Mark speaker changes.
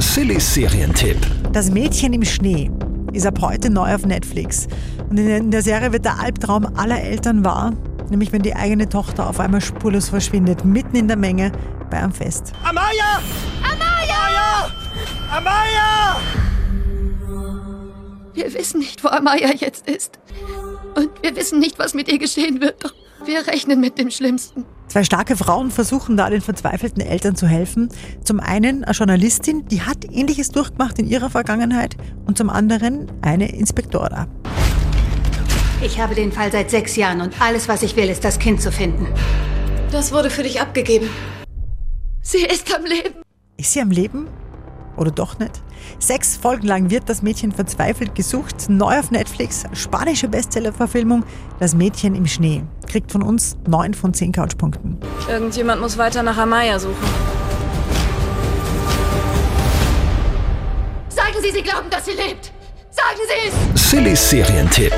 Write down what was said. Speaker 1: Sillys Serientipp.
Speaker 2: Das Mädchen im Schnee ist ab heute neu auf Netflix. Und in der- in der Serie wird der Albtraum aller Eltern wahr, nämlich wenn die eigene Tochter auf einmal spurlos verschwindet, mitten in der Menge bei einem Fest.
Speaker 3: Amaya! Amaya! Amaya!
Speaker 4: Wir wissen nicht, wo Amaya jetzt ist. Und wir wissen nicht, was mit ihr geschehen wird. Doch wir rechnen mit dem Schlimmsten.
Speaker 2: Zwei starke Frauen versuchen da den verzweifelten Eltern zu helfen. Zum einen eine Journalistin, die hat ähnliches durchgemacht in ihrer Vergangenheit und zum anderen eine Inspektora.
Speaker 5: Ich habe den Fall seit sechs Jahren und alles, was ich will, ist, das Kind zu finden.
Speaker 6: Das wurde für dich abgegeben.
Speaker 4: Sie ist am Leben.
Speaker 2: Ist sie am Leben? Oder doch nicht? Sechs Folgen lang wird das Mädchen verzweifelt gesucht. Neu auf Netflix, spanische Bestseller-Verfilmung Das Mädchen im Schnee. Kriegt von uns 9 von 10 Couchpunkten.
Speaker 6: Irgendjemand muss weiter nach Amaya suchen.
Speaker 4: Sagen Sie, Sie glauben, dass sie lebt. Sagen Sie es.
Speaker 1: Sillys Serientipp.